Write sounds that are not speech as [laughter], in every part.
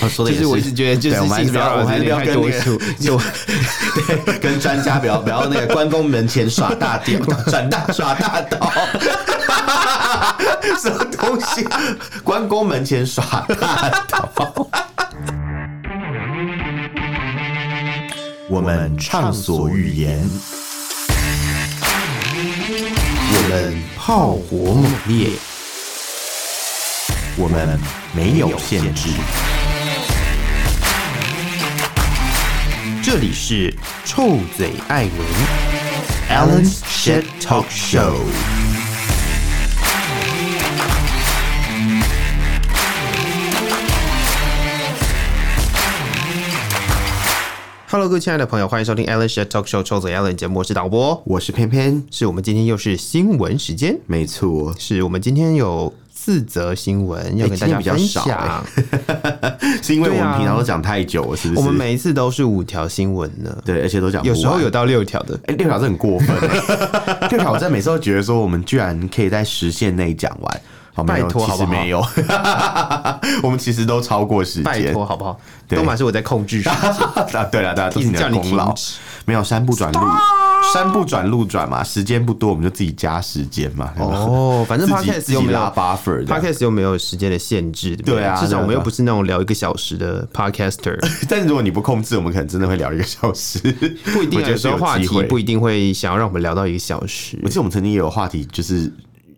他说的就也是我一直觉得就是对我们还是性不骚要，扰我们还是不有要点太跟那个多数 [laughs] 就对跟专家不要不要那个关公门前耍大 [laughs] 吊，转大耍大刀， [laughs] 什么东西？关公门前耍大刀。 [laughs] 我们畅所欲言，我们炮火猛烈，我们没有限制。这里是臭嘴艾文 Alan's Shit Talk Show。 Hello，各位亲爱的朋友，欢迎收听 Alan s h a t Talk Show 臭嘴 Alan 节目，我是导播，我是偏偏，是我们今天又是新闻时间，没错，是我们今天有四则新闻要欸跟大家今天分比较享。少是因为我对们啊平常都讲太久了，是不是？我们每一次都哎是五条新闻呢，对，而且都讲不有时候完有。到六条的。哎、六条真的很过分、欸， [laughs] 六条我真的每次都觉得说，我们居然可以在时限内讲完，好没有拜托其好不实好没有， [laughs] 我们其实都超过时拜间托，好不好？对都满是我在控制时间，啊！ [laughs] 对了，对了，都一是直你叫的你功停劳。止。没有山不转路，山不转路转嘛，时间不多，我们就自己加时间嘛。对吧哦，反正自己 podcast 自又己没有拉 buffer 的。 podcast 又没有时间的限制，对不对啊至少我们对啊又不是那种聊一个小时的 podcaster，但是如果你不控制，我们可能真的会聊一个小时。 [laughs] 不一定啊。我觉有得时是候有话机题会不一定会想要让我们聊到一个小时我。记得我们曾经也有话题，就是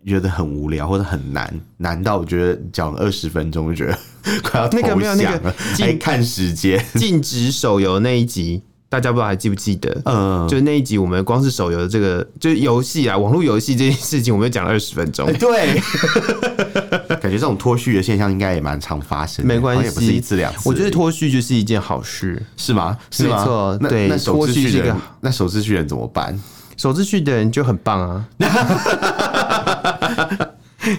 觉得很无聊或者很难，难到我觉得讲二十分钟就觉得 [laughs] 快要那个投没有那个降了进还看时间。禁止手游那一集，大家不知道还记不记得？嗯，就那一集，我们光是手游的这个，就是游戏啊，网络游戏这件事情，我们就讲了二十分钟 [laughs] 哎。对， [laughs] 感觉这种脱序的现象应该也蛮常发生的。没关好系，像也不是一次两次而已。我觉得脱序就是一件好事。是吗？是吗？没错那对那手脱秩序序这个人，那手秩序人怎么办？守秩序的人就很棒啊。 [laughs]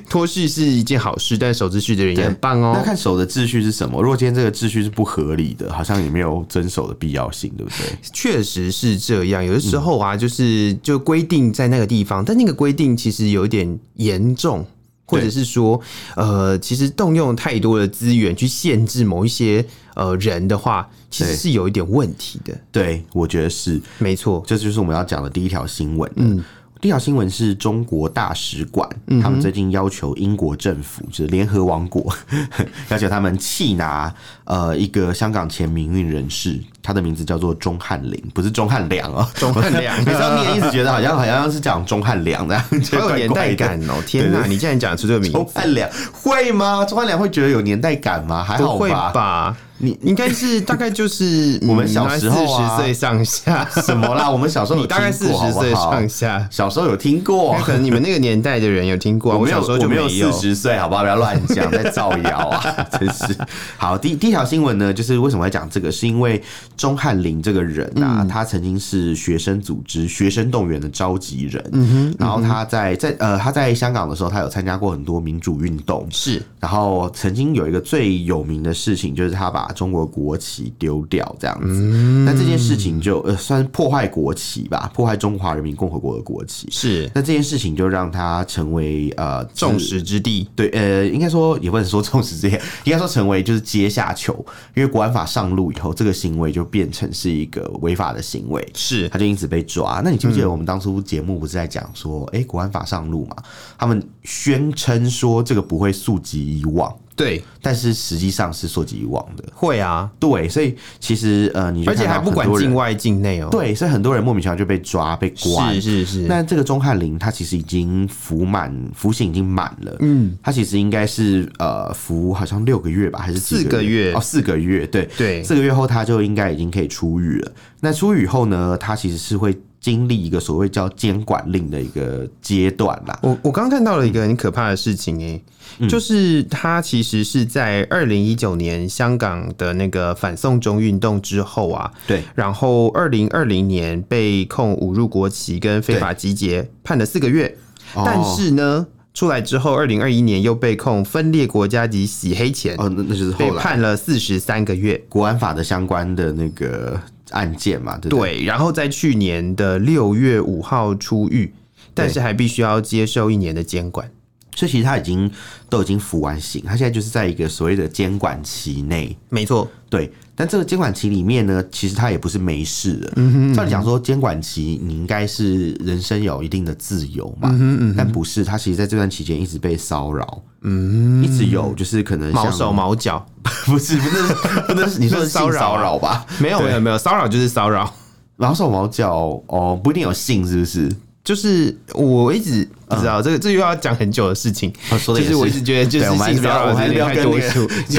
脱序是一件好事，但守秩序的人也很棒那哦。看守的秩序是什么？如果今天这个秩序是不合理的，好像也没有遵守的必要性，对不对？确实是这样，有的时候啊，就是就规定在那个地方，但那个规定其实有一点严重，或者是说，呃，其实动用太多的资源去限制某一些呃人的话，其实对是有一点问题的。对，我觉得是，没 [laughs] 错，这就是我们要讲的第一条新闻。嗯。第一条新闻是中国大使馆，嗯他们最近要求英国政府，就是联合王国， [laughs] 要求他们弃拿呃一个香港前民运人士，他的名字叫做钟汉林，不是钟汉良哦， [laughs] 钟汉良每次要念一直觉得好像好像是讲钟汉良这样，觉好有得怪年怪代的感哦！天哪，你竟然讲出这个名钟字，汉良会吗？钟汉良会觉得有年代感吗？还好不会吧？你应该是大概就是 [laughs] 嗯我们小时候啊四十岁上下，什 [laughs] 么啦？我们小时候有你大概四听过十岁好不好上下。小时候有听过那。可能你们那个年代的人有听过啊，我没有，小时候就我没有。四十岁，好不好？不要乱讲，在造谣啊！真是好。第第一条新闻呢，就是为什么要讲这个，是因为钟汉林这个人啊，嗯他曾经是学生组织、学生动员的召集人，嗯然后他在在呃他在香港的时候，他有参加过很多民主运动，是然后曾经有一个最有名的事情，就是他把中国国旗丢掉这样子。嗯那这件事情就呃算是破坏国旗吧，破坏中华人民共和国的国旗。是那这件事情就让他成为呃众是矢之的，对呃，应该说也不能说众矢之的，应该说成为就是阶下囚。因为国安法上路以后，这个行为就变成是一个违法的行为。是他就因此被抓。那你记不记嗯得我们当初节目不是在讲说，哎、国安法上路嘛？他们宣称说这个不会溯及以往，对，但是实际上是溯及以往的。会啊，对，所以其实呃，你就而且还看不到很管多人境外境内哦，，对，所以很多人莫名其妙就被抓被关是。是是，那这个钟汉林他其实已经服满服刑已经满了，嗯，他其实应该是呃服好像六个月吧，还是几四个月哦，四个月，对对四个月后他就应该已经可以出狱了。那出狱以后呢，他其实是会经历一个所谓叫监管令的一个阶段啦。我我刚看到了一个很可怕的事情诶、嗯就是他其实是在二零一九年香港的那个反送中运动之后啊，对，然后二零二零年被控侮辱国旗跟非法集结，判了四个月。哦但是呢，出来之后，二零二一年又被控分裂国家及洗黑钱，哦，那那就是被后来判了四十三个月。国安法的相关的那个案件嘛，对不对？对，然后在去年的六月五号出狱，但是还必须要接受一年的监管。所以其实他已经都已经服完刑，他现在就是在一个所谓的监管期内。没错，对，但这个监管期里面呢，其实他也不是没事的。嗯照理讲说，监管期你应该是人生有一定的自由嘛，但不是，他其实在这段期间一直被骚扰，嗯，一直有就是可能像毛手毛脚， [laughs] 不是不是不能是 [laughs] 你说的骚骚扰啊扰吧？没有没有没有，骚扰就是骚扰。毛手毛脚哦，不一定有性是不是？就是我一直不知道、这个，这又要讲很久的事情。啊嗯说得就也是我一是直觉得就是对我们还性是不要骚我扰们还这是个太不要多跟那数，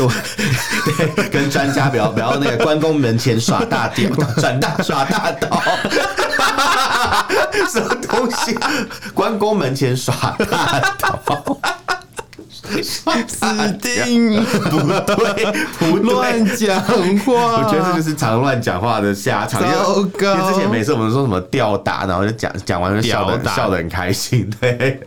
就 [laughs] 跟专家不要不要那个关公门前耍大 [laughs] 吊，转大耍大刀， [laughs] 什么东西？关公门前耍大刀， [laughs] 死定不对哎不 [laughs] 对。乱讲话。我觉得这就是常乱讲话的下场。因为糟糕因为之前每次我们说什么吊打，然后就讲讲完就笑吊的打笑的很开心，对。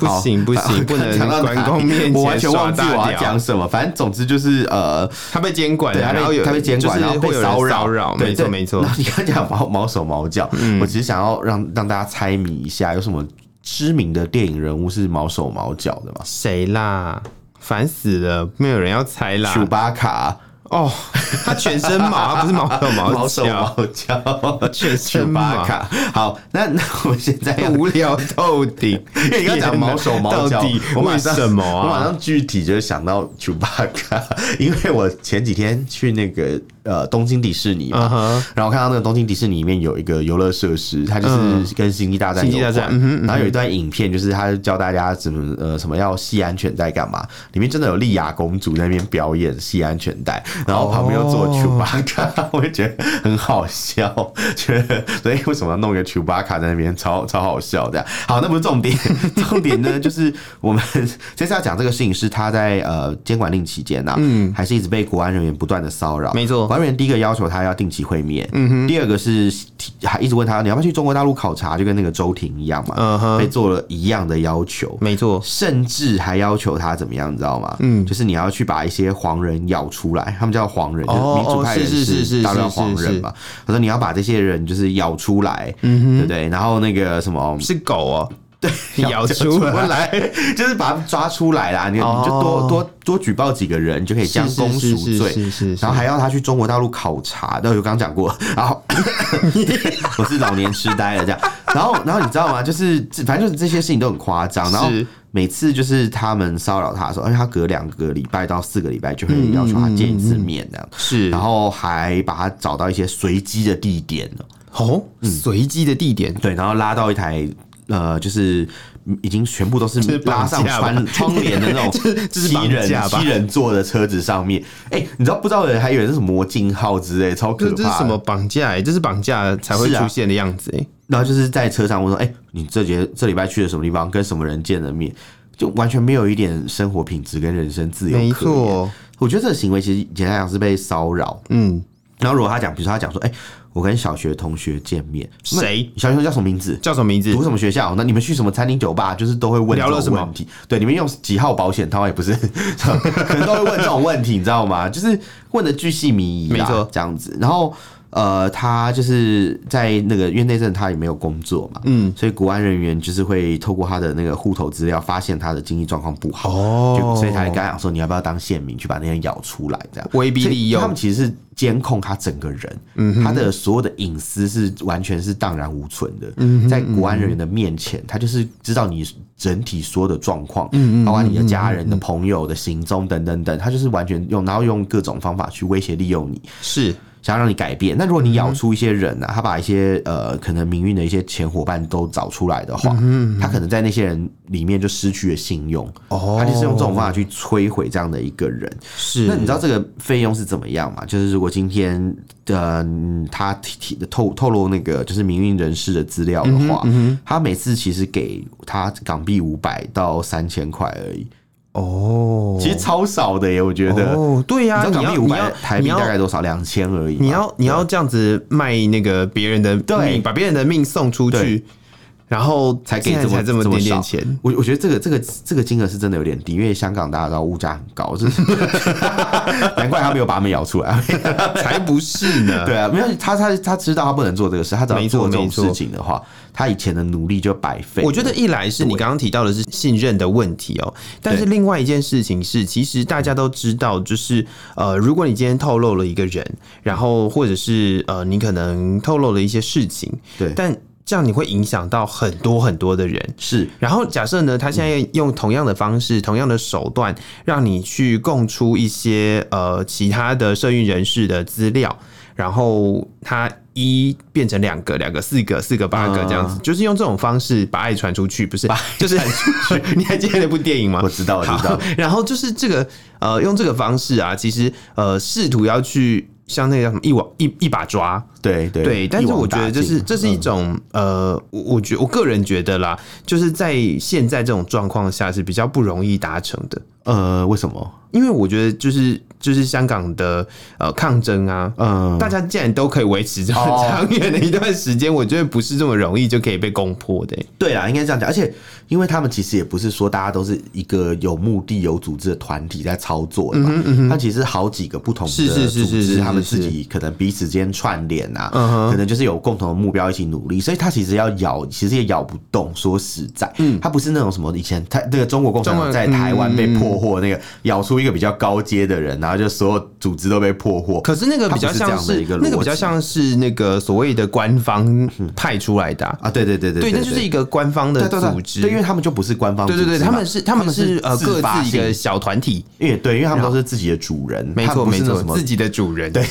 不行不行，不能讲到哪里关公面我完前全耍忘记大我要屌讲。什么。反正总之就是呃，他被监管了，对，他然后有被他被监管，就然是后会被有人骚骚扰，哦对没错对没错嗯然。后你刚讲毛毛手毛脚，我只是想要让让大家猜谜一下，有什么知名的电影人物是毛手毛脚的吗？谁啦？烦死了，没有人要猜啦。楚巴卡哦，他全身啊毛，他不是毛手毛毛手脚， [laughs] 毛脚， [laughs] 全楚身巴毛，卡。好，那那我们 [laughs] 现在要。无聊透 [laughs] 顶。因为你刚讲毛手毛脚到底，我马为上什么我马啊？上具体就想到楚巴卡，因为我前几天去那个呃东京迪士尼嘛嗯哼然后看到那个东京迪士尼里面有一个游乐设施，它就是跟星际大战嗯有星际大关。战嗯哼然后有一段影片，就是他教大家怎么呃什么要系安全带干嘛，里面真的有莉亚公主在那边表演系安全带，然后旁边又坐哦楚巴卡，我就觉得很好笑， [laughs] 觉得所以为什么要弄一个楚巴卡在那边超超好笑的？好，那不是重点， [laughs] 重点呢就是我们这次要讲这个事情是他在呃监管令期间呐、嗯，还是一直被国安人员不断的骚扰，没错管理员哦第一个要求他要定期会面，嗯第二个是提还一直问他你要不要去中国大陆考察，就跟那个周婷一样嘛，嗯哼被做了一样的要求，没错，甚至还要求他怎么样，你知道吗？嗯，就是你要去把一些黄人咬出来，他们叫黄人，就是哦民主派人哦是是是是大陆叫是黄是嗯人嘛。他说你要把这些人就是咬出来，对不对？然后那个什么。是狗哦， [laughs] 对，咬出出来。来，就是把他们抓出来啦！你你就多哦多多举报几个人，你就可以将公是赎是罪。是是是然后还要他去中国大陆考察，那我就刚刚讲过， [laughs] 然后我是老年痴呆了这样，然后然后你知道吗？就是这反正就是这些事情都很夸张，然后是每次就是他们骚扰他的时候，而且哎他隔两个礼拜到四个礼拜就会要求他见一次面这样，是，然后还把他找到一些随机的地点，哦，随机的地点，对，然后拉到一台呃，就是已经全部都是是绑拉上架吧 [laughs] 窗窗帘的那种这是七绑人架吧七人座的车子上面。哎、你知道不知道的人还以为是什么魔镜号之类，超可这这怕。是什么？绑架、欸？这是绑架才会是啊出现的样子、欸。然后就是在车上问说：“哎、你这节这礼拜去了什么地方？跟什么人见了面？”就完全没有一点生活品质跟人生自由没可言。错，我觉得这个行为其实简单来讲是被骚扰。嗯，然后如果他讲，比如说他讲说：“哎、我跟小学同学见面，谁你小学同学叫什么名字？叫什么名字读？什么学校？那你们去什么餐厅、酒吧，就是都会问聊了这种问题。对，你们用几号保险套 [laughs] 也不是，可能都会问这种问题，你知道吗？就是问的巨细靡遗啦，没错这样子。然后呃，他就是在那个因为内政他也没有工作嘛，嗯，所以国安人员就是会透过他的那个户头资料发现他的经济状况不好，哦就所以他才跟他讲说你要不要当县民去把那些人咬出来，这样威逼所以利诱嗯他们其实是监控他整个人，他的所有的隐私是完全是荡然无存的。嗯在国安人员的面前，他就是知道你整体所有的状嗯况，包括你的家人、的朋友的行踪等等等，他就是完全用，然后用各种方法去威胁利用你，是想要让你改变。那如果你咬出一些人啊，他把一些呃可能民运的一些前伙伴都找出来的嗯话，他可能在那些人里面就失去了信用。哦他就是用这种方法去摧毁这样的一个人。是，那你知道这个费用是怎么样吗？就是如果今天呃嗯他提提的透透露那个就是民运人士的资料嗯的话，他每次其实给他港币五百到三千块而已，哦，其实超少的耶，我觉得。哦，对呀、你你知道港要币五你百要台币你要大概多少？两千而已嘛。你要你要这样子卖那个别人的对命，把别人的命送出对去，然后才给现这在才么这么么点点少 [laughs] 钱，我我觉得这个这个这个金额是真的有点低，因为香港大家知道物价很高，就是 [laughs] 难怪他没有把他们咬出来。才不是呢。对啊，没有他他他知道他不能做这个事，他只要嗯没错做这种没错事情的话，他以前的努力就白费了。我觉得一来是你刚刚提到的是信任的问题哦、但是另外一件事情是，其实大家都知道，就是呃，如果你今天透露了一个人，然后或者是呃，你可能透露了一些事情，对但这样你会影响到很多很多的人。是然后假设呢，他现在用同样的方式、同样的手段，让你去供出一些呃其他的社运人士的资料，然后他一变成两个、两个、四个、四个、八个嗯这样子，就是用这种方式把爱传出去，不是？就是 [laughs] 你还记得那部电影吗我？知道我知道好，，然后就是这个呃，用这个方式啊，其实呃，试图要去像那个叫什么一网一一把抓，对对对，但一是网我觉打得这是尽嗯这是一种、呃，我我觉我个人觉得啦，就是在现在这种状况下是比较不容易达成的，呃，为什么？因为我觉得就是就是香港的呃抗争啊。嗯，大家既然都可以维持这么哦长远的一段时间，我觉得不是这么容易就可以被攻破的、欸对啦，应该这样讲。而且，因为他们其实也不是说大家都是一个有目的、有组织的团体在操作的嘛，它其实好几个不同的是是是组是是织，是他们自己可能彼此之间串联啊，嗯哼可能就是有共同的目标一起努力，所以他其实要咬，其实也咬不动。说实在，嗯，他不是那种什么以前他那个中国共产中党国在台湾被破获那个，咬出一个比较高阶的人，然后就所有组织都被破获。可是那个它比不较是这像样的是一个那个逻比较辑像是那个所谓的官方派出来的啊、啊，对对对对对，那就是一个官方的对对对组织，对，因为他们就不是官方组对织对嘛，对，他们是他们是呃自各发自一性个小团体，因为对，因为他们都是自己的主人，没他错们不没是那种错什，么自己的主人，对，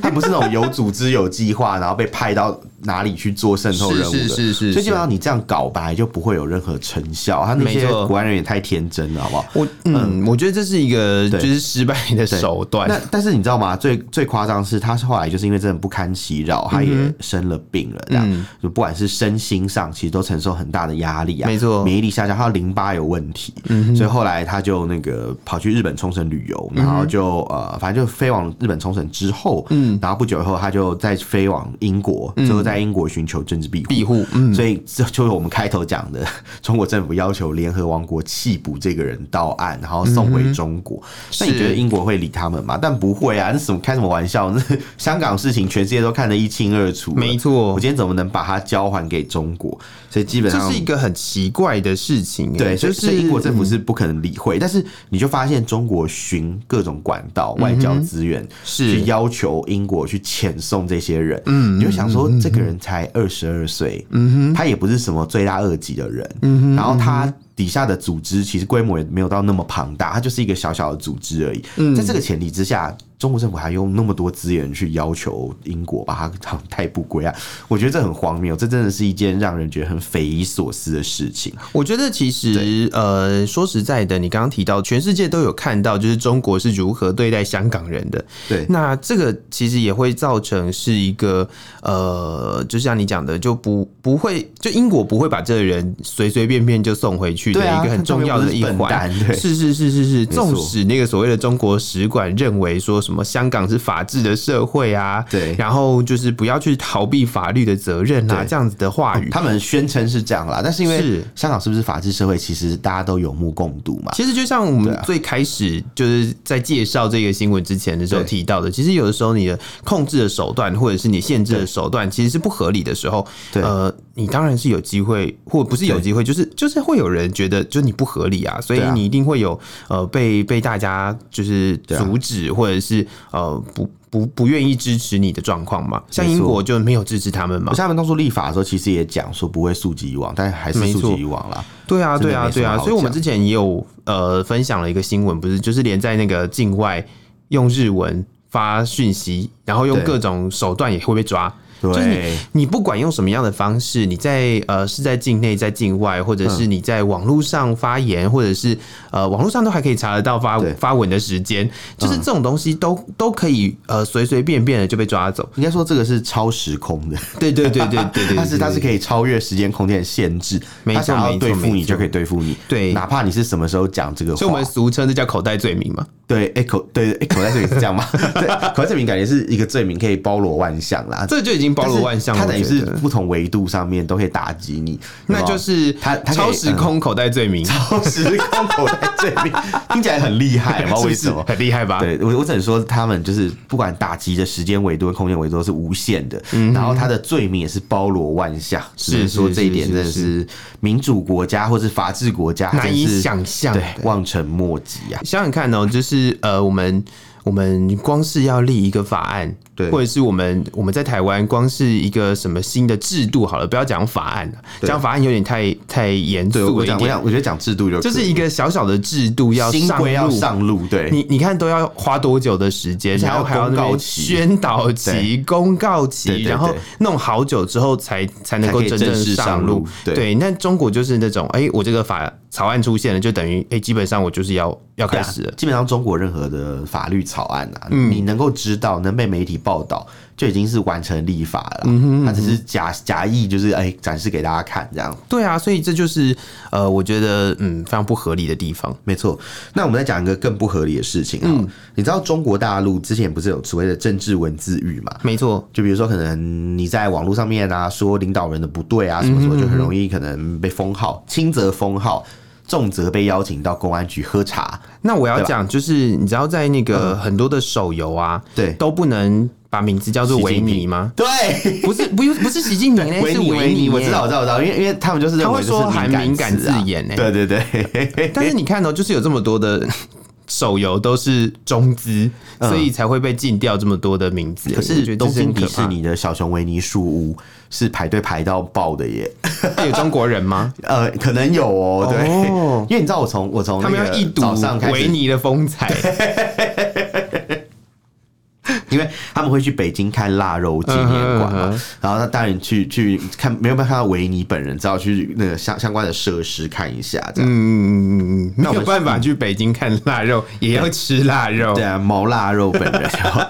他不是那种有组织、有计划，然后被派到哪里去做渗透是任务的。是是是，所以基本是上你这样搞，本来就不会有任何成效。他那没些错国安人也太天真了，好不好？我嗯，我觉得这是一个对就是失败的手段，那但是你知道吗？最最夸张的是，他后来就是因为真的不堪其嗯扰，他也生了病了，这样、就不管是身心上，其实都承受很大的压力啊，没错嗯免疫力下降，他淋巴有问题，所以后来他就那个跑去日本冲绳旅游，然后就、呃，反正就飞往日本冲绳之后，嗯，然后不久以后他就再飞往英国，最后在英国寻求政治庇护，嗯庇护，嗯，所以这就是我们开头讲的， [laughs] 中国政府要求联合王国弃捕这个人到岸，然后送回中国。那嗯你是觉得英国会理他们吗？但不会嗯啊，那什么开什么玩笑？ [laughs] 那香港事情全世界都看得一清二楚了，没我错，今天怎么能把它交还给中国？所以基本这上是一个很奇怪的事情，欸对，所就以所是以英国政府是不可能理会。但是你就发现中国寻各种管道、外交资源，是去要求英国去遣送这些人。嗯，你就想说，这个人才二十二岁，嗯他也不是什么罪大恶极的人，嗯然后他。底下的组织其实规模也没有到那么庞大，它就是一个小小的组织而已。在这个前提之下，中国政府还用那么多资源去要求英国把它当代不归啊，我觉得这很荒谬，这真的是一件让人觉得很匪夷所思的事情。我觉得其实呃，说实在的，你刚刚提到全世界都有看到，就是中国是如何对待香港人的。对那这个其实也会造成是一个呃，就像你讲的，就不不会就英国不会把这个人随随便便就送回去的对啊一个很重要的一他们又不环是笨蛋。对是是是是是，错纵使那个所谓的中国使馆认为说什么香港是法治的社会啊，对然后就是不要去逃避法律的责任啊，对哦这样子的话语。他们宣称是这样啦，但是因为是香港是不是法治社会，其实大家都有目共睹嘛。其实就像我对们啊最开始就是在介绍这个新闻之前的时候对提到的，其实有的时候你的控制的手段或者是你限制的手段其实是不合理的时候，对呃，你当然是有机会，或不是有机会，就是就是会有人觉得就你不合理啊，所以对啊你一定会有呃被被大家就是啊阻止、或者是呃不不不愿意支持你的状况嘛。像没错英国就没有支持他们嘛我，像他们当初立法的时候，其实也讲说不会溯及以往，但还是没溯错及以往啦。对啊，真的对啊，没什么对啊，好所以我们讲之前也有呃分享了一个新闻，不是就是连在那个境外用日文发讯息，然后用对各种手段也会被抓。就是对你，你不管用什么样的方式，你在呃是在境内、在境外，或者是嗯你在网络上发言，或者是呃网络上都还可以查得到发对嗯发文的时间，就是这种东西都、都可以呃随随便便的就被抓走。应该说这个是超时空的，对对对对 [laughs] 对对，但是 [laughs] 它是可以。以超越时间空间的限制，没错它想要对付没你错就可以对付你，对哪怕你是什么时候讲这个所以我话们，俗称这叫口袋罪名嘛。对， [laughs] 哎口对哎口袋这里是这样吗？对，口袋这名感觉是一个罪名可以包罗万象啦，这就已经经包罗万象，它等于我觉是得不同维度上面都可以打击你，那有没有就是他他可以嗯超时空口袋罪名， [laughs] 超时空口袋罪名，听起来很厉害，不知道为什 [laughs] 是不啊么是。很厉害吧？对我，我只能说他们就是不管打击的时间维度、空间维度都是无限的，然后他的罪名也是包罗万象，只能嗯是说这一点是真是的是民主国家或是法治国家难以真是想象对的望尘莫及啊！想想看哦，就是呃，我们我们光是要立一个法案，对或者是我们我们在台湾光是一个什么新的制度好了，不要讲法案了，对讲法案有点太太严对，肃我了一讲，我点，讲，我觉得讲制度就就是一个个小小的制度要新上规要路。上路，对，你你看都要花多久的时间，而且还然要后还要公那告边期宣导期、对公告对期，对对然后弄好久之后才才能够才可以真正式上上路对对，那中国就是那种，哎、我这个法草案出现了，就等于哎、基本上我就是要要开对啊始了。基本上中国任何的法律草案啊，你能够知道能被媒体报道，就已经是完成立法了啦。它只是假假意，就是哎、展示给大家看这样。对啊，所以这就是呃，我觉得嗯非常不合理的地方。没错，那我们再讲一个更不合理的事情啊、你知道中国大陆之前不是有所谓的政治文字狱嘛？没错，就比如说，可能你在网络上面啊说领导人的不对啊什么什么，就很容易可能被封号，轻则封号，重则被邀请到公安局喝茶。那我要对吧讲就是，你知道在那个很多的手游啊，对都不能把名字叫做习维近平尼吗？对，不是，不是，不是习近 [laughs] 平嘞，维是尼哎维尼，尼。我知道，我。知道，我知道，因为因为他们就是认为这他会说是含敏感词啊字眼欸对对对，但是你看哦，就是有这么多的 [laughs] 手游都是中资，所以才会被禁掉这么多的名字。嗯可我觉是得东这很 [laughs] 京可迪怕士尼的小熊维尼树屋是排队排到爆的耶，哎有中国人吗？呃，可能有哦，对，哦因为你知道我从 [laughs] 我从他那们要一个睹早上开维始，尼的风采。 [laughs] 因为他们会去北京看腊肉纪念嗯哼嗯馆嘛哼，然后他当然去去看没有办法看到维尼本人，只好去那个相相关的设施看一下这嗯样。嗯嗯嗯嗯，没有我们办法去北京看腊肉，也要吃腊肉。对啊，毛腊肉本人。然后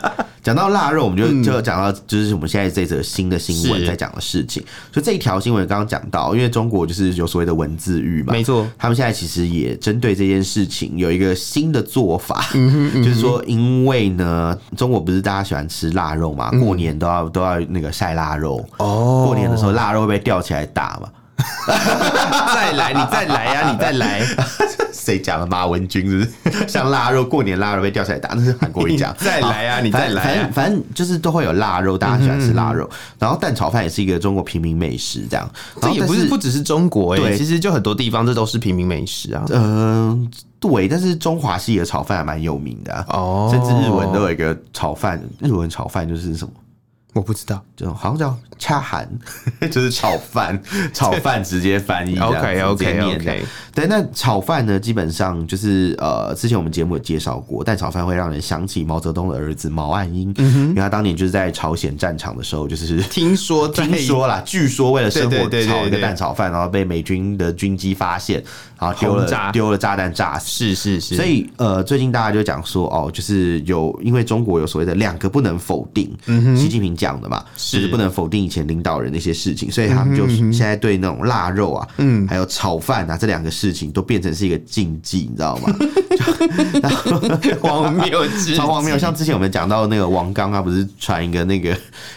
讲到腊肉，我们就就讲到就是我们现在这则新的新闻是在讲的事情。所以这一条新闻刚刚讲到，因为中国就是有所谓的文字狱嘛，没错他们现在其实也针对这件事情有一个新的做法，就是说，因为呢，中国不是大家喜欢吃腊肉嘛，过年都要都要那个晒腊肉，哦过年的时候腊肉会被吊起来打嘛。再来，你再来呀、你再来，。[laughs] 谁讲的？马文君是不 [laughs] 是？像腊肉，过年腊肉被吊起来打，那是韩国瑜讲再来啊你再来啊嗯反正反正就是都会有腊肉，大家喜欢吃腊肉。然后蛋炒饭也是一个中国平民美食，这样。这也不是不只是中国哎、对其实就很多地方这都是平民美食啊。嗯、对，但是中华系的炒饭还蛮有名的、啊，哦甚至日文都有一个炒饭，日文炒饭就是什么？我不知道。就好像叫恰韩， [laughs] 就是 [laughs] 炒饭，炒饭直接翻译这样子 OK，OK，OK 直接念这样对，那炒饭呢，基本上就是呃，之前我们节目有介绍过，但炒饭会让人想起毛泽东的儿子毛岸英，嗯因为他当年就是在朝鲜战场的时候，就是听说在听说啦，据说为了生对火对对炒一对个对蛋炒饭，然后被美军的军机发现，然后丢轰炸了丢了炸弹炸死。是是是，所以呃，最近大家就讲说哦，就是有因为中国有所谓的两个不能否定，嗯习近平讲的嘛，就是不能否定以前领导人的一些事情，所以他们就是现在对那种腊肉啊，嗯，还有炒饭啊这两个事情都变成是一个禁忌，你知道 [laughs] 吗？荒谬 [laughs] 之超荒谬！像之前我们讲到那个王刚，他不是传一个那个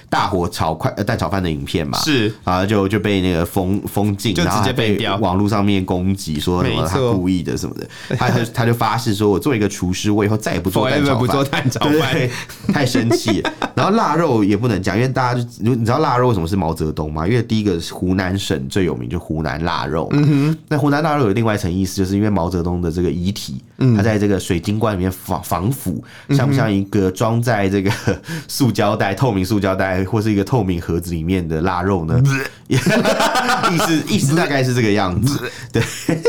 大火炒快呃蛋炒饭的影片嘛，是然后啊就就被那个封封禁，就直接然后还被被标网络上面攻击说什么没他错故意的什么的，他他他就发誓说我作为一个厨师，我以后再也 [laughs] 不做蛋 forever 炒不做饭。蛋炒对对饭对， [laughs] 太生气了。 [laughs] 然后腊肉也不能讲，因为大家就你你知道腊肉为什么是毛泽东吗？因为第一个是湖南省最有名就湖南腊肉嗯嘛。那湖南腊肉有另外一层意思，就是因为毛泽东的这个遗体，嗯他在这个水晶罐里面防防腐，像不像一个装在这个 [laughs] 塑胶袋、透明塑胶袋或是一个透明盒子里面的腊肉呢？ [laughs] 意思意思大概是这个样子。 [laughs] 对，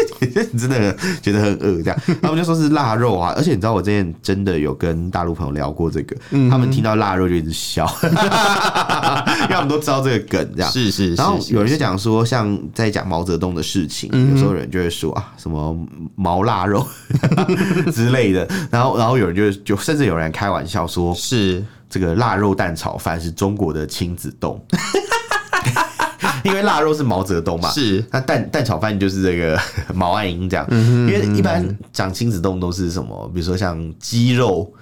[laughs] 真的觉得很恶这样。他们就说是腊肉啊，而且你知道我之前真的有跟大陆朋友聊过这个，嗯他们听到腊肉就一直笑， [laughs] 因为他们都知道这个梗这样。是是是，然后是嗯有人就讲说，像在讲毛泽东的事情，有时候有人就会说啊，什么毛腊肉 [laughs] 之类的。然后，然后有人就就甚至有人开玩笑说，是这个腊肉蛋炒饭是中国的亲子冻， [laughs] 因为腊肉是毛泽东嘛。是那蛋蛋炒饭就是这个 [laughs] 毛岸英这样，嗯因为一般讲亲子冻都是什么，比如说像鸡肉，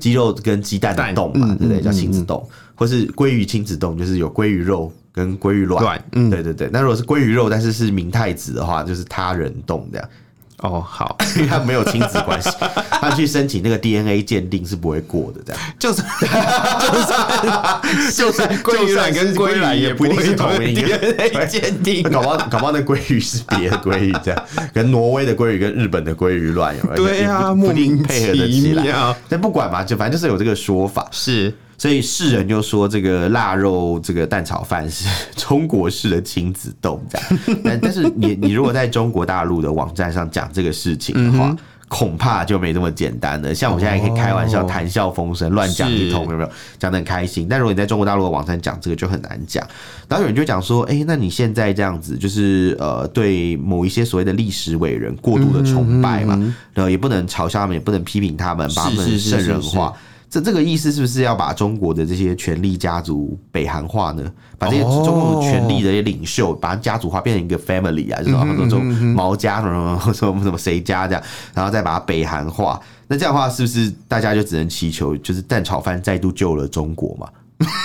鸡肉跟鸡蛋嗯的蛋嗯冻嘛，对不对？叫亲子冻。或是鲑鱼亲子冻，就是有鲑鱼肉跟鲑鱼卵。卵嗯对对对。那如果是鲑鱼肉，但是是明太子的话，就是他人冻这样， [laughs] 哦，好，因为他没有亲子关系， [laughs] 他去申请那个 DNA 鉴定是不会过的这样。 [laughs] 就是就是就是鲑鱼卵跟就鲑算是鲑鱼鱼也不一定是同一个啊个鉴定那。搞 [laughs] 不好，搞不好那鲑鱼是别的鲑鱼，这样，跟挪威的鲑鱼跟日本的鲑鱼卵有没有？对不啊，不莫一定名配合的起其来。妙。但不管嘛，就反正就是有这个说法，是所以世人就说这个腊肉这个蛋炒饭是中国式的亲子冻这样。 [laughs] 但但是你你如果在中国大陆的网站上讲这个事情的话。嗯恐怕就没那么简单了。像我现在也可以开玩笑、哦谈笑风生、乱讲一通，是有没有？讲的很开心。但如果你在中国大陆的网站讲这个，就很难讲。然后有人就讲说，哎、那你现在这样子，就是呃，对某一些所谓的历史伟人过度的崇拜嗯嘛，然后也不能嘲笑他们，也不能批评他们，把他们是是圣人是是化。这这个意思是不是要把中国的这些权力家族北韩化呢？把这些哦中共权力的一些领袖，把他家族化变成一个 family 啊，就是他们说这种毛家什么什么什么什么谁家这样，然后再把它北韩化。那这样的话，是不是大家就只能祈求，就是蛋炒饭再度救了中国嘛？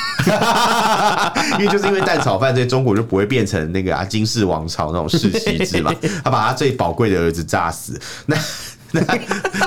[laughs] 因为就是因为蛋炒饭，所以中国就不会变成那个啊金氏王朝那种世袭制嘛。他把他最宝贵的儿子炸死，那那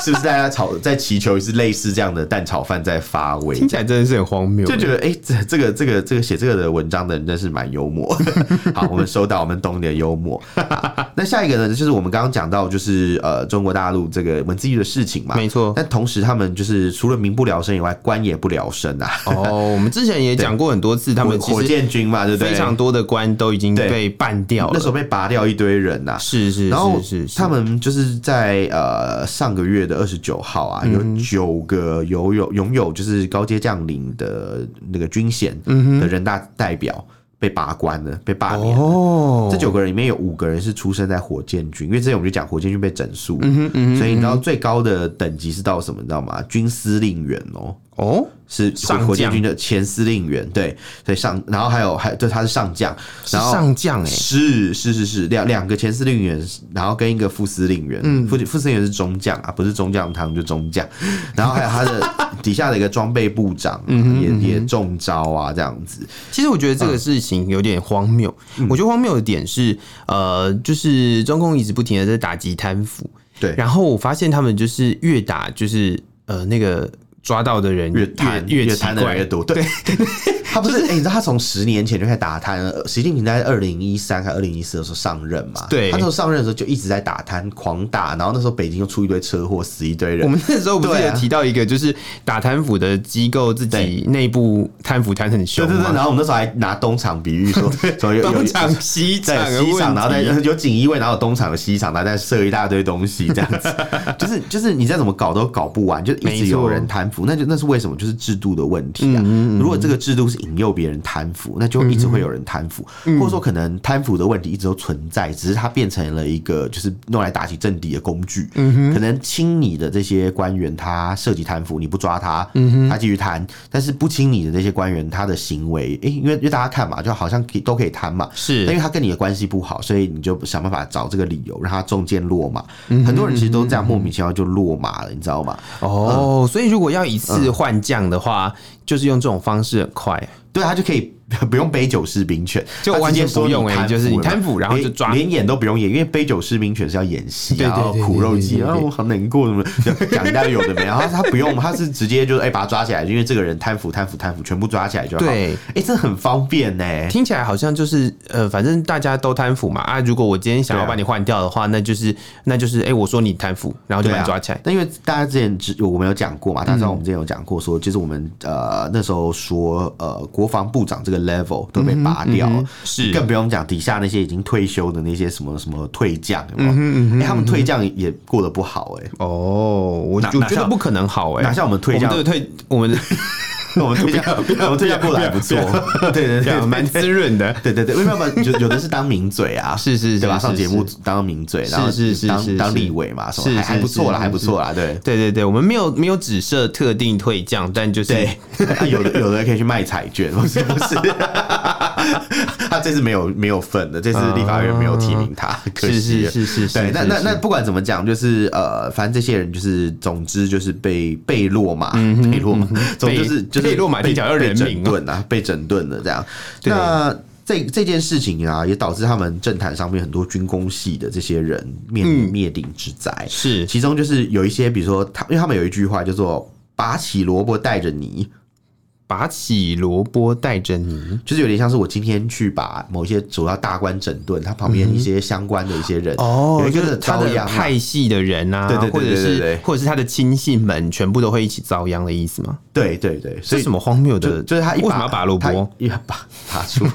是不是大家炒在祈求是类似这样的蛋炒饭在发威？听起来真的是很荒谬。就觉得哎、诶这这个这个这个写这个的文章的人真是蛮幽默。 [laughs] 好，我们收到，我们懂你的幽默。 [laughs] 好那下一个呢，就是我们刚刚讲到，就是呃中国大陆这个文字狱的事情嘛。没错。但同时，他们就是除了民不聊生以外，官也不聊生啊。哦，我们之前也讲过很多次，他们其火火实箭军嘛，对不对？非常多的官都已经对被办掉那时了。候被拔掉一堆人啊呐、是是然后是是是，他们就是在呃上个月的二十九号啊，嗯有九个有有拥有就是高阶将领的那个军衔嗯的人大代表被拔官了，被罢免了。哦，这九个人里面有五个人是出生在火箭军，因为之前我们就讲火箭军被整肃，嗯嗯所以你知道最高的等级是到什么？你知道吗？军司令员哦、哦，是火上将火箭军的前司令员，对，所以上，然后还有还对他是上欸将，是然后上将哎，是是是是，两两个前司令员，然后跟一个副司令员，嗯副副司令员是中将啊，不是中将堂就中将， [laughs] 然后还有他的底下的一个装备部长、啊、嗯也也中招啊，这样子，其实我觉得这个事情有点荒谬。嗯我觉得荒谬的点是，呃，就是中共一直不停的在打击贪腐，对然后我发现他们就是越打就是呃那个抓到的人越贪越越奇贪的人怪越多，对， [laughs] 他不是哎、你知道他从十年前就开始打贪了，习近平在二零一三还二零一四的时候上任嘛，对他那时候上任的时候就一直在打贪，狂打，然后那时候北京又出一堆车祸，死一堆人我，们那时候不是对有啊提到一个，就是打贪腐的机构自己内部贪腐贪很对凶对对，嘛，然后我们那时候还拿东厂比喻说， [laughs] 说有有东厂西厂在的西问厂，然后再呃题，有锦衣卫，然后有东厂有西厂，然后再设一大堆东西，这样子， [laughs] 就是就是你再怎么搞都搞不完，就一直没错有人贪腐，那就那是为什么？就是制度的问题嗯啊。如果这个制度是引诱别人贪腐，那就一直会有人贪腐，嗯或者说可能贪腐的问题一直都存在，只是它变成了一个就是用来打击政敌的工具。嗯可能亲你的这些官员他涉及贪腐，你不抓他，嗯他继续贪；但是不亲你的这些官员，他的行为，诶，因为因为大家看嘛，就好像可以都可以贪嘛，是但因为他跟你的关系不好，所以你就想办法找这个理由让他中箭落马。很多人其实都这样莫名其妙就落马了，你知道吗？嗯哦，所以如果要一次换将的话，就是用这种方式很快，对他就可以 [laughs] 不用背酒士兵犬，就他直完全接说不用你欸贪就是腐你了嘛贪腐然后连就抓连演都不用演，因为背酒士兵犬是要演戏，对对然后对对苦肉对计，对对然后我好难过什么的，讲一大堆有 [laughs] 的没，然后他不用，他是直接就是哎把他抓起来，因为这个人贪腐贪腐贪腐，全部抓起来就好。对哎，这很方便呢。听起来好像就是呃，反正大家都贪腐嘛啊。如果我今天想要对啊把你换掉的话，那就是那就是哎、我说你贪腐，然后就对把啊，你抓起来。那因为大家之前只我们有讲过嘛，大家知道我们之前有讲过说，就是我们呃那时候说呃国防部长这个 level 都嗯被拔掉了，是更不用讲底下那些已经退休的那些什么什么退将，有没有？嗯哎、他们退将也过得不好哎、哦，我我哪觉哪得像不可能好哎、哪像我们退我将们的退我 [laughs] 们的我们退将，我们退将过得还不错，对对对，啊蛮滋润的，对对对，为什么有有的是当名嘴啊？ [laughs] 是是是对吧？上是节是目当名嘴，然后是是是是当是当立委嘛，什么是还还不是错啦，是还不错啦，对。对对对，我们没有没有只设特定退将，但就是对，有的有的可以去卖彩券，不是不是，他这次没有没有份的，这次立法院没有提名他，可哦是惜是了。是是是，对，那是那那是不管怎么讲，就是呃，反正这些人就是，总之就是被被落马，嗯被落马，总之就是被就是被落马听起来要人被命整哦顿啊，被整顿的这样。对那这这件事情啊，也导致他们政坛上面很多军工系的这些人面临嗯灭顶之灾。是其中就是有一些，比如说他，因为他们有一句话叫做“拔起萝卜带着泥”，拔起萝卜带着泥，就是有点像是我今天去把某些主要大官整顿，他旁边一些相关的一些人，有一哦就个是的他遭的殃啊。派系的人啊，对对对对或者对是对或者是他的亲信们，全部都会一起遭殃的意思吗？对对对，所这以是什么荒谬就的？就是他一为什么把要拔萝卜？一拔拔出，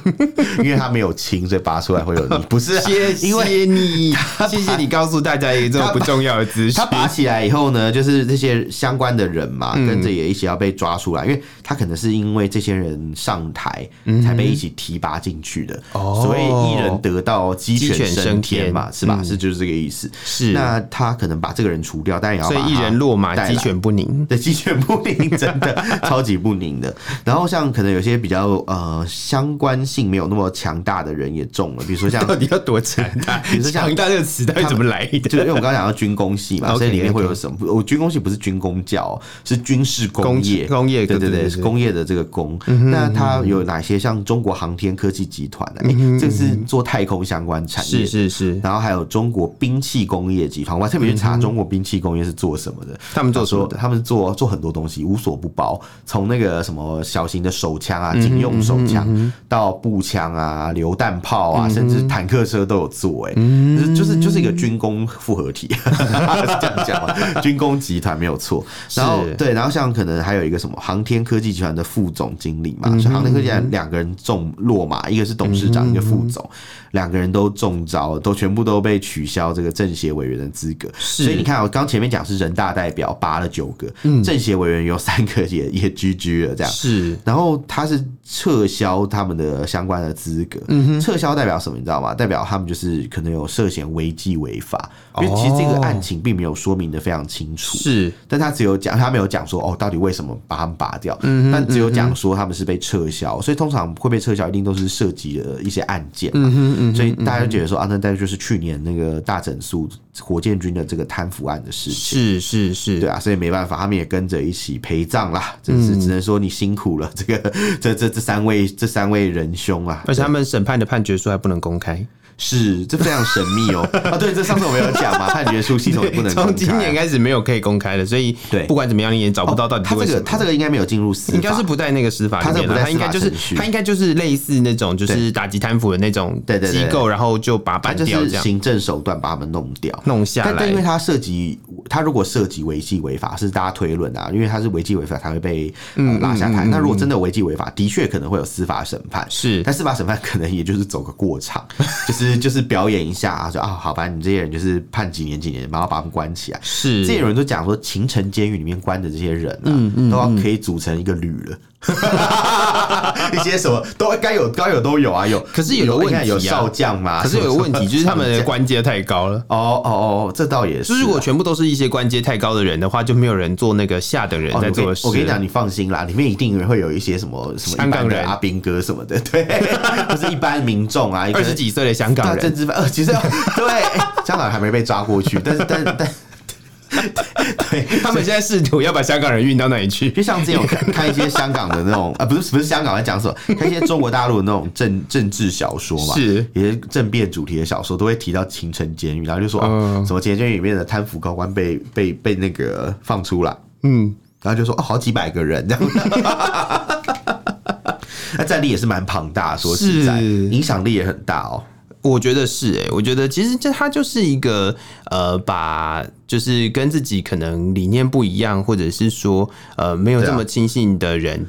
因为他没有清，所以拔出来会有泥。不是啊、谢因为谢你，谢谢你告诉大家一个这么不重要的资讯他。拔起来以后呢，就是这些相关的人嘛，嗯跟着也一起要被抓出来，因为他可能是因为这些人上台才被一起提拔进去的，嗯哦所以一人得道鸡鸡犬升升天嘛，天是吧？嗯是就是这个意思。是，那他可能把这个人除掉，但也要所把以一他人落马，带来鸡犬不宁。 [laughs] 对，鸡犬不宁，真的 [laughs] 超级不宁的。然后像可能有些比较呃相关性没有那么强大的人也中了，比如说像到底要多强 [laughs] 大？比如说像强大这个词到底怎么来的？ [laughs] 就是因为我们刚刚讲到军工系嘛， OK，所以里面会有什么？我军工系不是军工教哦，是军事工业。工工业对对对对对嗯对，是工业的这个工。那它有哪些？像中国航天科技集团啊，诶嗯这是做太空相关产是。业嗯是是，然后还有中国兵器工业集团，我还特别去查中国兵器工业是做什么的。他们做什么的他们做做很多东西，无所不包，从那个什么小型的手枪啊，警用手嗯枪，到步枪啊、榴弹炮啊，甚至坦克车都有做、欸。哎、嗯就是就是就是一个军工复合体， [laughs] 是这样讲 [laughs] 嘛？军工集团没有错。然后是对，然后像可能还有一个什么航天科技集团的副总经理嗯嘛，所以航天科技集团两个人中落马，一个是董事长，一个副嗯总，两个人都中招，都全部都被取消这个政协委员的资格。是所以你看，我刚前面讲是人大代表拔了九个，政协委员有三个也也 GG 了这样。是然后他是撤销他们的相关的资格，撤销代表什么？你知道吗？代表他们就是可能有涉嫌违纪违法，因为其实这个哦案情并没有说明的非常清楚。是，但他只有讲，他没有讲说哦，到底为什么把他们拔掉？但只有讲说他们是被撤销，所以通常会被撤销，一定都是涉及了一些案件嘛。所以大家就觉得说啊，那大概就是去年那个大整肃火箭军的这个贪腐案的事情。是是是，对啊，所以没办法，他们也跟着一起陪葬啦，真嗯是只能说你辛苦了，这 [laughs] 个这这这三位这三位仁兄啊，而且他们审判的判决书还不能公开，是这非常神秘 [laughs] 哦。啊，对，这上次我们有讲嘛，判决书系统也不能从公今年开啊。开始没有可以公开的，所以对不管怎么样，你也找不到到底哦他是为这什个么。他这个应该没有进入司法，应该是不在那个司法里他这面个不了，在他应该就是司法程序他应该就是类似那种就是打击贪腐的那种对对对机构，然后就把它反办正就掉是这样行政手段把他们弄掉。弄下但但因为来。它涉及，它如果涉及违纪违法，是大家推论啊，因为它是违纪违法才会被、呃嗯拉下台。那如果真的违纪违法，的确可能会有司法审判，是但司法审判可能也就是走个过场， [laughs] 就是就是表演一下啊，说啊，好吧，你这些人就是判几年几年，然后把他们关起来。是，这些人都讲说，秦城监狱里面关的这些人啊，嗯都要可以组成一个旅了。 [laughs] 一些什么都该有该有都有啊，有。可是有个问题啊你看有少将嘛，可是有个问题，就是他们上的将官阶太高 [laughs] 了。哦哦哦，这倒也是就啊。是如果全部都是一些官阶太高的人的话，就没有人做那个下等人哦在做的事。我跟你讲，，你放心啦，里面一定会有一些什么什么香一港般的人阿兵哥什么的，对， [laughs] 不是一般民众啊，二十几岁的香大港政人，治犯，呃，其实 [laughs] 对，哎香港人还没被抓过 [laughs] 去，但是但但。对， [laughs] 他们现在试图要把香港人运到那里去。就像之前有看看一些香港的那种啊，不是不是香港在讲什么，看一些中国大陆的那种政政治小说嘛，是一些政变主题的小说，都会提到秦城监狱，然后就说、哦嗯什么秦城监狱里面的贪腐高官被被被那个放出来，嗯，然后就说哦好几百个人这 [laughs] 样。那战力也是蛮庞大的，说实在，是影响力也很大哦。我觉得是诶、我觉得其实这它就是一个呃，把就是跟自己可能理念不一样，或者是说呃没有对啊这么轻信的人，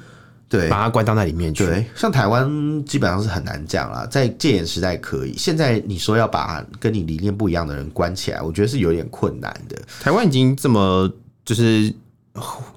对把他关到那里面去。对，像台湾基本上是很难这样啦，在戒严时代可以，现在你说要把跟你理念不一样的人关起来，我觉得是有点困难的。台湾已经这么就是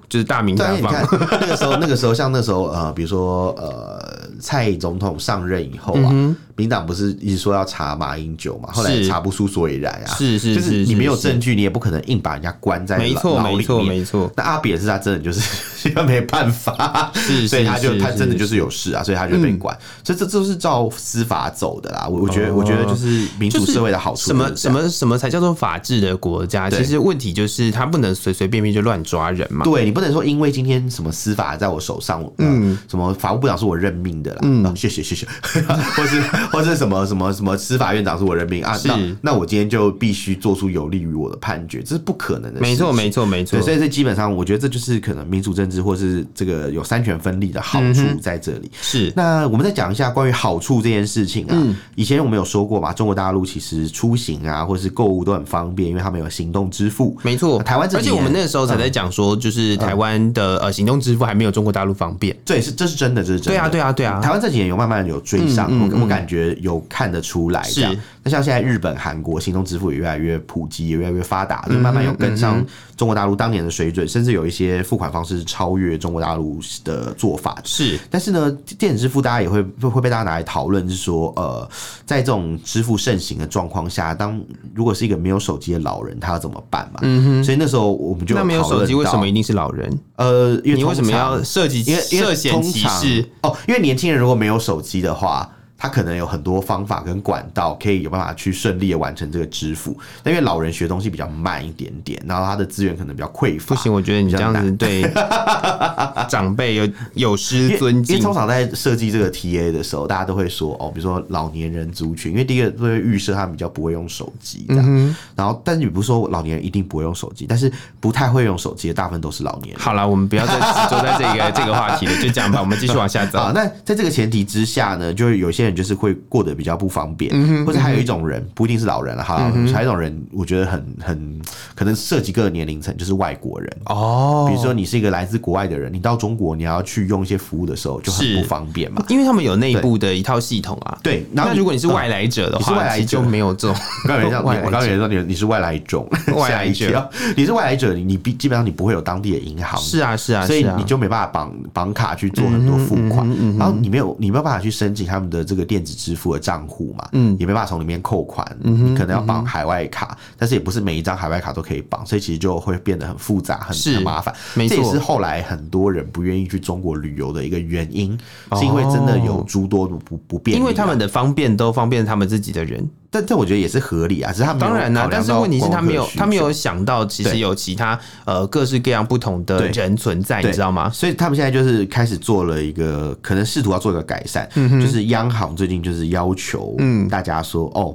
就是大名对啊，大因为你放看， [laughs] 那个时候，那个时候，像那时候，呃，比如说，呃，蔡总统上任以后啊，民党不是一直说要查马英九嘛，后来也嗯是查不出所以然啊，是是就是你没有是证据，你也不可能硬把人家关在没错牢牢没里错面。没错，那阿扁是他真的就是 [laughs] 因为没办法，是所以是他就是他真的是嗯就是有事啊，所以他就被管。所以这这就是照司法走的啦。我我觉得哦我觉得就是民主社会的好处什么就是什这样。么什么才叫做法治的国家？对其实问题就是他不能随随便便就乱抓人嘛。对你不能说因为今天什么司法在我手上，嗯，什么法务部长是我任命的啦，嗯，谢谢谢谢， [laughs] 或是或是什么什么什么司法院长是我任命啊，是那那我今天就必须做出有利于我的判决，这是不可能的事情。没错没错没错对，，所以这基本上，我觉得这就是可能民主政治或是这个有三权分立的好嗯处在这里。是那我们再讲一下关于好处这件事情啊。嗯以前我们有说过嘛，中国大陆其实出行啊，或是购物都很方便，因为他们有行动支付。没错。台湾这而几且年我们那个时候才在讲说，就是台湾的呃行动支付还没有中国大陆方便。对，是这是真的，这是真的。对啊对啊对啊嗯台，湾这几年有慢慢有追上，我我感觉有看得出来。是这样，那像现在日本、韩国行动支付也越来越普及，也越来越发达，嗯就慢慢有跟上中国大陆当年的水准，甚至有一些付款方式超越中国大陆的做法。是但是呢，电子支付大家也会会会被大家拿来讨论，是说，呃，在这种支付盛行的状况下，当如果是一个没有手机的老人，他要怎么办嘛？所以那时候我们就嗯那没有讨论手机为什么到？一定是老人？呃，因为你为通什么常要涉及因为因涉为嫌通歧常视？哦，因为年轻人如果没有手机的话，他可能有很多方法跟管道可以有办法去顺利的完成这个支付。但因为老人学东西比较慢一点点，然后他的资源可能比较匮乏，不行，我觉得你这样子对 [laughs] 长辈有有失因为尊因为敬通。常在设计这个 TA 的时候，大家都会说哦，比如说老年人族群，因为第一个都会预设他们比较不会用手机这样。嗯然后，但你不是说老年人一定不会用手机，但是不太会用手机的大部分都是老年人。好了，我们不要再执着在这个 [laughs] 这个话题了，就这样吧，我们继续往下走啊，。那在这个前提之下呢，就是有些人就是会过得比较不方嗯便，或者还有一种人不一定是老人了，好啦，还有一种人，我觉得很很可能涉及各个年龄层，就是外国人。 [laughs] 哦比如说，你是一个来自国外的人，你到中国你要去用一些服务的时候就很是不方便嘛。因为他们有内部的一套系统啊。对，然后那如果你是嗯外来者的你是外话，来其实就者没有这种我刚才讲，外我刚来才者。说你你是外来种， [laughs] 外吓来一者跳，你是外来者，你你必基本上你不会有当地的银 [laughs] 行，是啊，是啊，所以是啊嗯你就没办法绑绑卡去做很多付款，然后你没有你没有办法去申请他们的这个电子支付的账户嘛，嗯也没办法从里面扣款，你可能要绑海外卡，但是也不是每一张海外卡都可以绑，所以其实就会变得很复杂，很是很麻烦。没这也是错，后来很多人不愿意去中国旅游的一个原因，是因为真的有诸多的不不便利啊，哦因为他们的方便都方便他们自己的人。但这我觉得也是合理啊，只是他们当然啦、但是问题是他没有，他没有考量到观光客有想到其需求。实对有其他呃各式各样不同的对人存在，对你知道吗？所以他们现在就是开始做了一个，可能试图要做一个改善，嗯就是央行最近就是要求大家说，哦，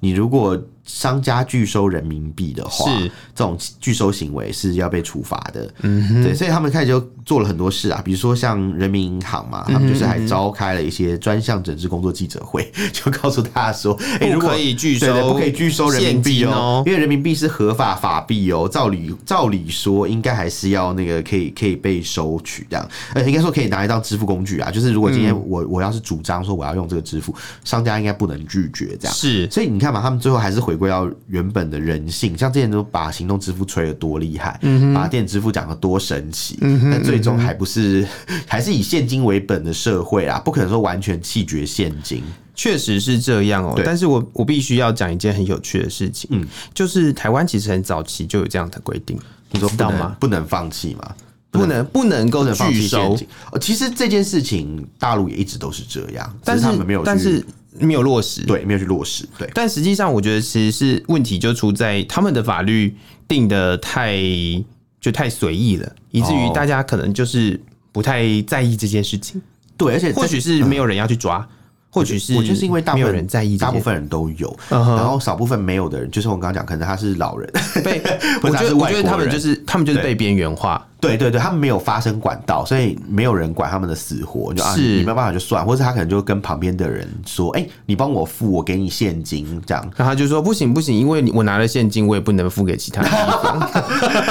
你如果商家拒收人民币的话，是这种拒收行为是要被处罚的。嗯，对，所以他们开始就做了很多事啊，比如说像人民银行嘛，他们嗯就是还召开了一些专项整治工作记者会， [laughs] 就告诉大家说，哎、如不果可以拒对对，收，不可以拒收人民币哦哦，。因为人民币是合法法币哦，照理照理说应该还是要那个可以可以被收取这样，呃，应该说可以拿来当支付工具啊。就是如果今天我、我要是主张说我要用这个支付，商家应该不能拒绝这样。是所以你看嘛，他们最后还是回归到原本的人性。像之前都把行动支付吹得多厉害，把电子支付讲得多神奇，但最终还不是还是以现金为本的社会啊，不可能说完全弃绝现金。确实是这样哦、对但是我我必须要讲一件很有趣的事情，嗯就是台湾其实很早期就有这样的规定，你说知不道能吗？不能放弃嘛？不能不能够不能放拒弃陷收，阱。呃，其实这件事情大陆也一直都是这样，但只是他们没有去，但是没有落实。，对没有去落实，对但实际上我觉得其实是问题就出在他们的法律定的太就太随意了，以至于哦大家可能就是不太在意这件事情，对，而且或许是没有人要去抓，或许是嗯我就是因为大没有部分人在意这大件，部分人都有，嗯哼然后少部分没有的人，就是我刚刚讲，可能他是老人，被 [laughs] 或我者觉他是得我觉得外国他们人就是他们就是对被边缘化。对对对，他们没有发声管道，所以没有人管他们的死活，就啊，是你没有办法就算，或者他可能就跟旁边的人说，哎、你帮我付，我给你现金，这样，然后他就说不行不行，因为你我拿了现金，我 [laughs] 哦也不能付给其他人。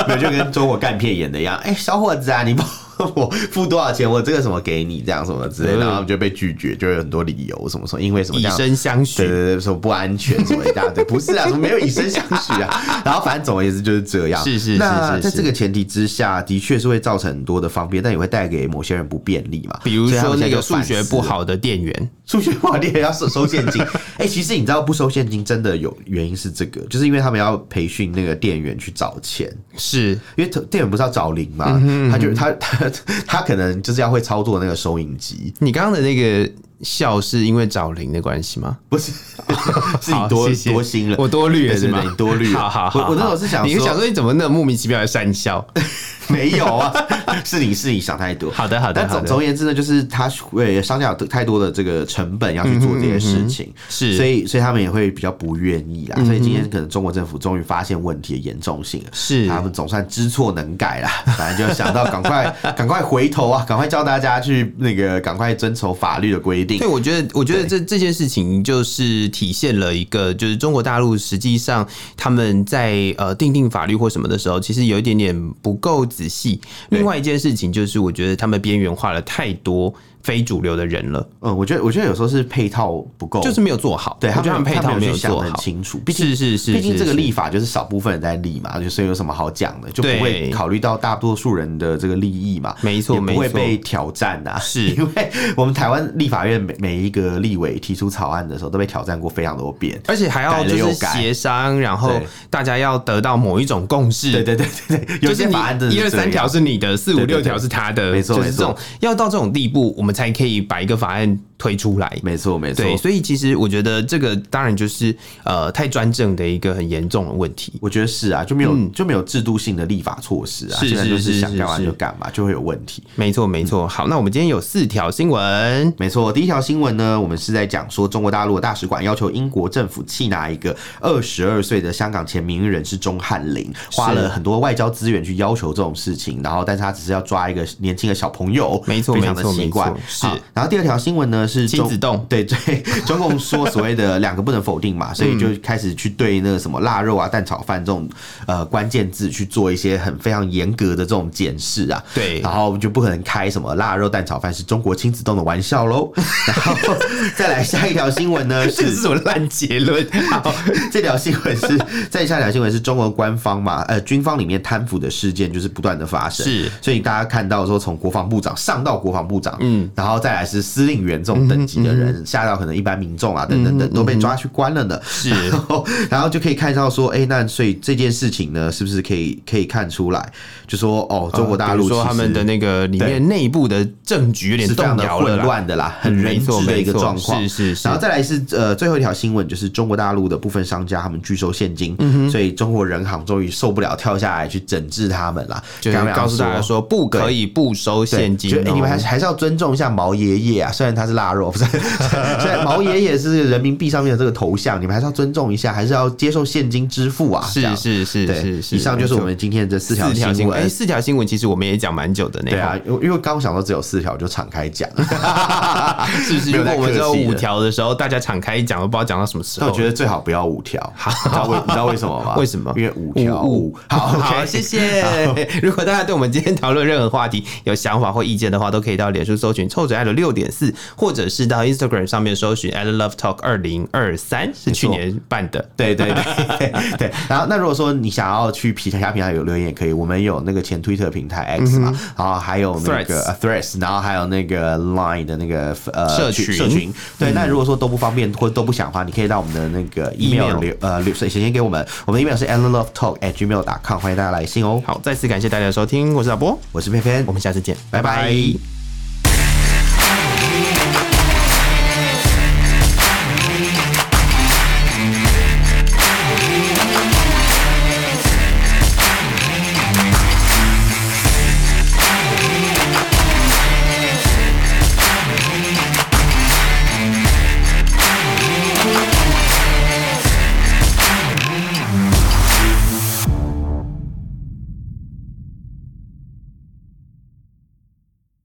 没有就跟中国干片演的一样，哎、小伙子啊，你帮我付多少钱，我这个什么给你，这样什么之类的，然后他们就被拒绝，就有很多理由，什么什么，因为什么以这样。身相许对。对对，说不安全什么一 [laughs] 大堆，不是啊，什么没有以身相许啊。然后反正总而言之就是这样。是是是那是在是这个前提之下，的确是会造成很多的方便，但也会带给某些人不便利嘛。比如所以他说们那现在个就数学反思不了好的店员，数学不好，你也要收收现 [laughs] 金。哎、其实你知道不收现金真的有原因是这个，就是因为他们要培训那个店员去找钱，是因为店员不是要找零嗯嘛，他就他他 [laughs] 他可能就是要会操作那个收银机，你刚刚的那个笑是因为找零的关系吗？不是 [laughs] 是你哦好多谢谢多心了。我多虑了对是对吗对，？你多虑了。好好好，我我那时候是想你是说，想说你怎么那么莫名其妙的善笑？没有啊， [laughs] 是你是你想太多。好的好的但好总的总而言之呢，就是他呃商家有太多的这个成本要去做这些事情，嗯是嗯所以所以他们也会比较不愿意啊啦。所以今天可能中国政府终于发现问题的严重性了。是他们总算知错能改啦， [laughs] 反正就想到赶快 [laughs] 赶快回头啊，赶快教大家去那个赶快遵守法律的规定对，。我觉得，我觉得这这件事情就是体现了一个，就是中国大陆实际上他们在呃定定法律或什么的时候，其实有一点点不够仔细。对另外一件事情就是，我觉得他们边缘化了太多非主流的人了，嗯，我觉得我觉得有时候是配套不够，就是没有做好。对我他觉得哦他们们配套们没有有去想做得很好。清楚，毕竟是是是，毕竟是这个是立法就是少部分人在立嘛，就所以有什么好讲的，就不对会考虑到大多数人的这个利益嘛，没错也不会没错被挑战呐、啊。是 [laughs] 因为我们台湾立法院每每一个立委提出草案的时候，都被挑战过非常多遍。而且还要就改了是又改协商，然后对大家要得到某一种共识。对对对对对，就有是些你法案真的一二是这三样条是你的，四五对对六对条是他的，没错就是这种没要到这种地步，我们才可以把一个法案推出来。没错没错。对，所以其实我觉得这个当然就是呃太专政的一个很严重的问题。我觉得是啊，就没有、就没有制度性的立法措施啊，嗯是现在就是是想干嘛是就干嘛，就会有问题。没错，没错。嗯好，那我们今天有四条新闻，没错，第一条新闻呢，我们是在讲说中国大陆的大使馆要求英国政府缉拿一个二十二岁的香港前名誉人士钟汉林，花了很多外交资源去要求这种事情，然后但是他只是要抓一个年轻的小朋友，没错非常没的错奇怪没错。是好然后第二条新闻呢是亲中子洞对对， [laughs] 中共说所谓的两个不能否定嘛，所嗯以就开始去对那个什么腊肉啊、蛋炒饭这种呃关键字去做一些很非常严格的这种检视啊。对然后就不可能开什么腊肉蛋炒饭是中国亲子洞的玩笑喽。 [laughs] 然后再来下一条新闻呢这个是是。什么烂结论？好这条新闻是，再下一条新闻是中国官方嘛，呃，军方里面贪腐的事件就是不断的发 [laughs] 生，是所以大家看到说从国防部长上到国防部长，嗯，然后再来是司令员这种等级的嗯人，下到可能一般民众啊等等等都被抓去关了呢， [laughs] 是然后然后就可以看到说，哎，那所以这件事情呢，是不是可以可以看出来，就说哦，中国大啊比陆如说其他们实的那个里对面内部的政局有点是非常动的摇了混啦，嗯乱的啦，很人没错质的一个没错状况。是是是然后再来是呃最后一条新闻，就是中国大陆的部分商家他们拒收现金，嗯所以中国人行终于受不了，跳下来去整治他们啦，就是刚刚告诉大家说不可以不收对。现金就哦、哎你们还是还是要尊重一下毛爷爷啊！虽然他是 [laughs] 腊肉，不是，虽然毛爷爷是人民币上面的这个头像，你们还是要尊重一下，还是要接受现金支付啊！是这样是是对是是，以上就是我们今天的这四四条条新闻哎，。四条新闻其实我们也讲蛮久的那对啊，因为因为刚刚想到只有四条，我就敞开 [laughs] 讲。是不是？没如有果我们只有在客气五的条的时候，大家敞开讲，都不知道讲到什么时但候。我觉得最好不要五条，你知道为你知道为什么吗？ [laughs] 为什么因为五条五五。 [laughs] 好好， ，OK，谢谢。 [laughs] 如果大家对我们今天讨论任何话题有想法或意见的话，都可以到脸书搜寻“臭嘴爱的六点四”，或者是到 Instagram 上面搜寻 a l Love Talk 二零二三”，是去没错年办的。对对对对 [laughs] 对，然后那如果说你想要去其他平台有留言也可以，我们有那个前 Twitter 平台 X 嗯嘛，然后还有那个呃 Threads，然后还有那个 Line 的那个呃社群群嗯社群。对，那如果说都不方便或都不想的话，你可以到我们的那个 email Email 留呃留写信给我们，我们的 email 是 allenlovetalk at gmail com，欢迎大家来信哦。好，再次感谢大家的收听，我是导播，我是佩佩我，们下次见，拜拜拜拜